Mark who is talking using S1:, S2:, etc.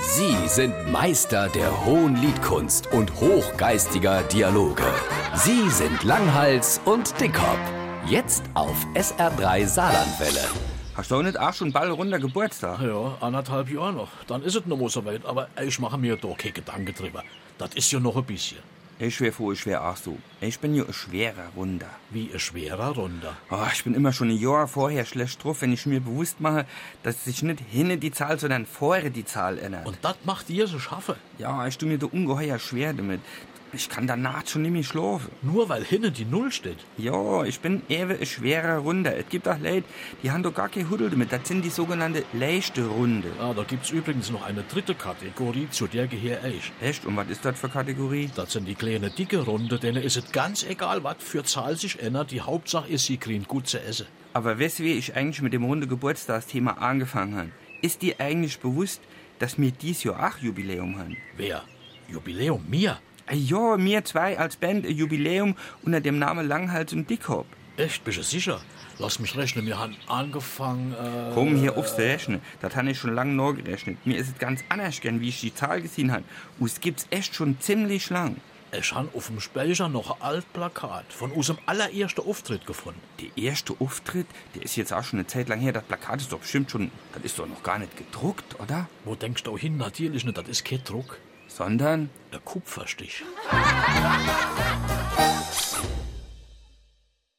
S1: Sie sind Meister der hohen Liedkunst und hochgeistiger Dialoge. Sie sind Langhals und Dickhop. Jetzt auf SR3 Saarlandwelle.
S2: Hast du auch nicht auch schon bald runder Geburtstag?
S3: Ja, anderthalb Jahre noch. Dann ist es noch mal so weit. Aber ich mache mir da keine Gedanken drüber. Das ist ja noch ein bisschen.
S2: Ich schwer vor, ich schwer auch so. Ich bin ja ein schwerer Runder.
S3: Wie ein schwerer Runder.
S2: Oh, ich bin immer schon ein Jahr vorher schlecht drauf, wenn ich mir bewusst mache, dass sich nicht hinne die Zahl, sondern vorher die Zahl ändert.
S3: Und das macht ihr so schaffe.
S2: ja, ich tu mir da ungeheuer schwer damit. Ich kann danach schon nicht mehr schlafen.
S3: Nur weil hinten die Null steht.
S2: Ja, ich bin ewe ein schwerer Runder. Es gibt auch Leute, die haben da gar keine Huddel damit. Das sind die sogenannte leichte Runde.
S3: Ah, da gibt's übrigens noch eine dritte Kategorie, zu der gehöre ich.
S2: Echt? Und was ist das für Kategorie?
S3: Das sind die kleine dicke Runde, denen ist es ganz egal, was für Zahl sich ändert. Die Hauptsache ist, sie kriegen gut zu essen.
S2: Aber weißt du, wie ich eigentlich mit dem runde Geburtstagsthema angefangen habe? Ist dir eigentlich bewusst, dass wir dies Jahr auch Jubiläum haben?
S3: Wer? Jubiläum, mir?
S2: Ah Ja, wir zwei als Band ein Jubiläum unter dem Namen Langhals und Dickhop.
S3: Echt, bist du sicher? Lass mich rechnen, wir haben angefangen, äh,
S2: Komm hier aufs Rechnen, das habe ich schon lange nur gerechnet. Mir ist es ganz anders gern, wie ich die Zahl gesehen habe. Und es gibt's echt schon ziemlich lang.
S3: ich habe auf dem Speicher noch ein alt Plakat von unserem allerersten Auftritt gefunden.
S2: Der erste Auftritt, der ist jetzt auch schon eine Zeit lang her. Das Plakat ist doch bestimmt schon, das ist doch noch gar nicht gedruckt, oder?
S3: Wo denkst du auch hin? Natürlich nicht, das ist kein Druck.
S2: Sondern
S3: Der Kupferstich.